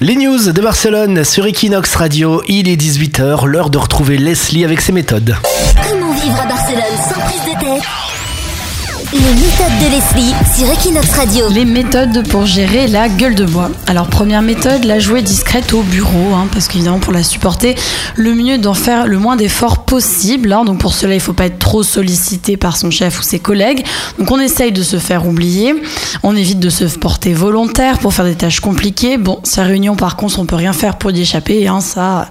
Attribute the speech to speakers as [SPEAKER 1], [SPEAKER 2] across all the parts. [SPEAKER 1] Les news de Barcelone sur Equinox Radio, il est 18h, l'heure de retrouver Leslie avec ses méthodes.
[SPEAKER 2] Comment vivre à Barcelone sans prise de tête Les méthodes de Leslie sur Equinox Radio.
[SPEAKER 3] Les méthodes pour gérer la gueule de bois. Alors première méthode, la jouer discrète au bureau, hein, parce qu'évidemment pour la supporter, le mieux d'en faire le moins d'efforts possible. hein. donc pour cela, il faut pas être trop sollicité par son chef ou ses collègues. Donc on essaye de se faire oublier, on évite de se porter volontaire pour faire des tâches compliquées. Bon, sa réunion par contre, on peut rien faire pour y échapper, hein, ça,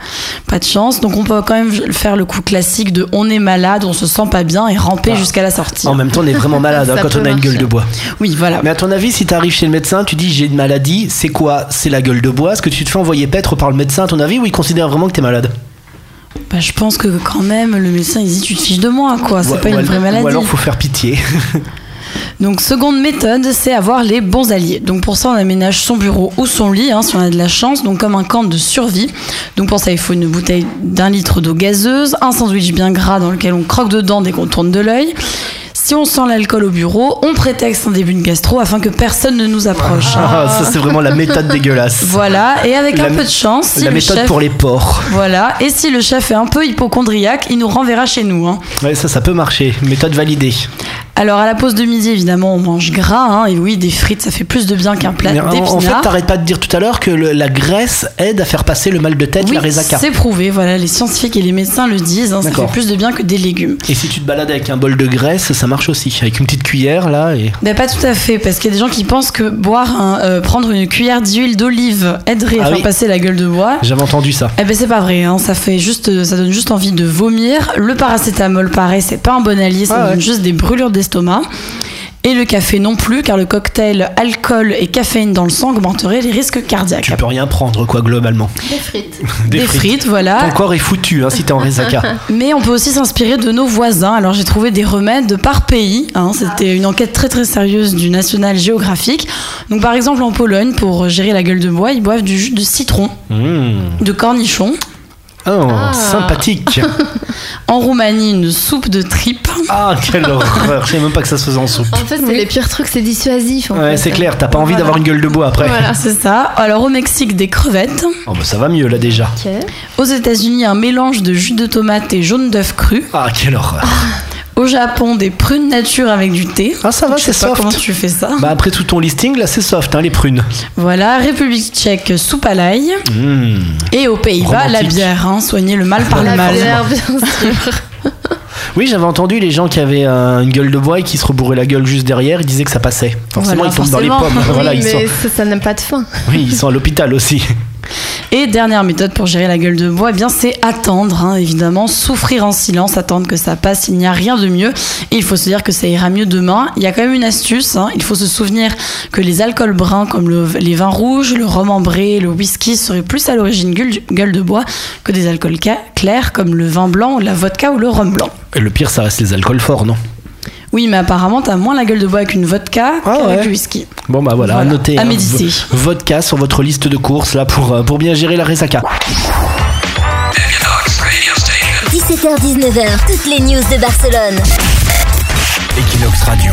[SPEAKER 3] pas de chance. Donc on peut quand même faire le coup classique de on est malade, on se sent pas bien et ramper jusqu'à la sortie.
[SPEAKER 1] En même temps, on est vraiment malade hein,
[SPEAKER 4] Ça
[SPEAKER 1] quand
[SPEAKER 4] peut
[SPEAKER 1] on a une gueule
[SPEAKER 4] marcher.
[SPEAKER 1] de bois.
[SPEAKER 3] Oui, voilà.
[SPEAKER 1] Mais à ton avis, si t'arrives chez le médecin, tu dis j'ai une maladie, c'est quoi C'est la gueule de bois Est-ce que tu te fais envoyer paître par le médecin à ton avis ou il considère vraiment que t'es malade
[SPEAKER 3] Bah, je pense que quand même, le médecin, il dit tu te fiches de moi, quoi. C'est
[SPEAKER 1] Ou-
[SPEAKER 3] pas
[SPEAKER 1] ou
[SPEAKER 3] une
[SPEAKER 1] alors-
[SPEAKER 3] vraie maladie.
[SPEAKER 1] Ou alors faut faire pitié.
[SPEAKER 3] Donc, seconde méthode, c'est avoir les bons alliés. Donc, pour ça, on aménage son bureau ou son lit, hein, si on a de la chance, donc comme un camp de survie. Donc, pour ça, il faut une bouteille d'un litre d'eau gazeuse, un sandwich bien gras dans lequel on croque dedans dès qu'on tourne de l'œil. Si on sent l'alcool au bureau, on prétexte un début de gastro afin que personne ne nous approche.
[SPEAKER 1] Ah, ça c'est vraiment la méthode dégueulasse.
[SPEAKER 3] Voilà, et avec
[SPEAKER 1] La
[SPEAKER 3] un
[SPEAKER 1] mé-
[SPEAKER 3] peu de chance, si
[SPEAKER 1] la
[SPEAKER 3] le
[SPEAKER 1] méthode
[SPEAKER 3] chef...
[SPEAKER 1] pour les porcs.
[SPEAKER 3] Voilà, et si le chef est un peu hypochondriaque, il nous renverra chez nous. hein.
[SPEAKER 1] Ouais, ça, ça peut marcher. Méthode validée.
[SPEAKER 3] Alors à la pause de midi, évidemment, on mange gras. hein, et oui, des frites, ça fait plus de bien qu'un plat
[SPEAKER 1] Mais en, en fait,
[SPEAKER 3] d'épinards.
[SPEAKER 1] t'arrêtes pas de dire tout à l'heure que le- la graisse aide à faire passer le mal de tête,
[SPEAKER 3] Oui,
[SPEAKER 1] la résaca.
[SPEAKER 3] c'est prouvé. Voilà, les scientifiques et les médecins le disent. hein, ça
[SPEAKER 1] D'accord.
[SPEAKER 3] fait plus de bien que des légumes.
[SPEAKER 1] Et si tu te balades avec un bol de graisse, ça marche aussi. Avec une petite cuillère là et.
[SPEAKER 3] Ben pas tout à fait, parce qu'il y a des gens qui pensent que boire, un- euh, prendre une cuillère d'huile d'olive aiderait à
[SPEAKER 1] Ah
[SPEAKER 3] faire
[SPEAKER 1] oui.
[SPEAKER 3] passer la gueule de bois.
[SPEAKER 1] J'avais entendu ça.
[SPEAKER 3] Eh ben c'est pas vrai, hein, ça fait juste, ça donne juste envie de vomir. Le paracétamol, pareil, c'est pas un bon allié, ça
[SPEAKER 1] Ah ouais.
[SPEAKER 3] donne juste des brûlures d'estomac. Et le café non plus, car le cocktail alcool et caféine dans le sang augmenterait les risques cardiaques.
[SPEAKER 1] Tu peux rien prendre quoi globalement.
[SPEAKER 4] Des frites.
[SPEAKER 3] Des, frites.
[SPEAKER 1] Ton
[SPEAKER 3] voilà.
[SPEAKER 1] corps est foutu hein, si t'es en résaca.
[SPEAKER 3] Mais on peut aussi s'inspirer de nos voisins. Alors j'ai trouvé des remèdes par pays. hein. C'était une enquête très très sérieuse du National Geographic. Donc par exemple en Pologne, pour gérer la gueule de bois, ils boivent du jus de citron,
[SPEAKER 1] Mmh.
[SPEAKER 3] de cornichon.
[SPEAKER 1] Oh,
[SPEAKER 4] Ah.
[SPEAKER 1] sympathique.
[SPEAKER 3] En Roumanie, une soupe de tripes.
[SPEAKER 1] Ah, quelle horreur. Je savais même pas que ça se faisait en soupe.
[SPEAKER 4] En fait, c'est les pires trucs, c'est dissuasif. en
[SPEAKER 1] Ouais,
[SPEAKER 4] fait.
[SPEAKER 1] c'est clair, t'as pas envie d'avoir une gueule de bois après.
[SPEAKER 4] Voilà.
[SPEAKER 3] Ah, C'est ça. Alors au Mexique, des crevettes.
[SPEAKER 1] Oh, bah, ça va mieux là déjà.
[SPEAKER 4] Ok.
[SPEAKER 3] Aux États-Unis, un mélange de jus de tomate et jaune d'œuf cru.
[SPEAKER 1] Ah, quelle horreur.
[SPEAKER 3] Au Japon, des prunes nature avec du thé.
[SPEAKER 1] Ah, ça va,
[SPEAKER 3] Je
[SPEAKER 1] c'est
[SPEAKER 3] sais pas
[SPEAKER 1] soft.
[SPEAKER 3] comment tu fais ça.
[SPEAKER 1] Bah, après tout ton listing, là c'est soft, hein, les prunes.
[SPEAKER 3] Voilà, République tchèque, soupe à l'ail.
[SPEAKER 1] Mmh.
[SPEAKER 3] Et aux Pays-Bas, la
[SPEAKER 1] Romantique.
[SPEAKER 3] bière, hein, soigner le mal par le
[SPEAKER 4] La
[SPEAKER 3] mal.
[SPEAKER 4] bière, bien sûr.
[SPEAKER 1] Oui, j'avais entendu les gens qui avaient euh, une gueule de bois et qui se rebourraient la gueule juste derrière, ils disaient que ça passait. Forcément,
[SPEAKER 3] Voilà,
[SPEAKER 1] ils tombent dans les
[SPEAKER 3] forcément.
[SPEAKER 1] pommes. Voilà,
[SPEAKER 4] oui,
[SPEAKER 1] ils sont,
[SPEAKER 4] mais ça, ça n'a pas de fin.
[SPEAKER 1] oui, ils sont à l'hôpital aussi.
[SPEAKER 3] Et dernière méthode pour gérer la gueule de bois, eh bien c'est attendre, hein, évidemment, souffrir en silence, attendre que ça passe, il n'y a rien de mieux. Et il faut se dire que ça ira mieux demain. Il y a quand même une astuce, hein, il faut se souvenir que les alcools bruns comme le- les vins rouges, le rhum ambré, le whisky seraient plus à l'origine gueule, gueule de bois que des alcools ca- clairs comme le vin blanc, la vodka ou le rhum blanc.
[SPEAKER 1] Et le pire, ça reste les alcools forts, non
[SPEAKER 3] Oui, mais apparemment, t'as moins la gueule de bois avec une vodka
[SPEAKER 1] Ah
[SPEAKER 3] qu'avec
[SPEAKER 1] ouais.
[SPEAKER 3] le whisky.
[SPEAKER 1] Bon, bah voilà, à
[SPEAKER 3] Voilà,
[SPEAKER 1] noter.
[SPEAKER 3] à méditer.
[SPEAKER 1] vo- Vodka sur votre liste de courses, là, pour, euh, pour bien gérer la résaca.
[SPEAKER 2] 17h-19h, toutes les news de Barcelone.
[SPEAKER 5] Equinox Radio.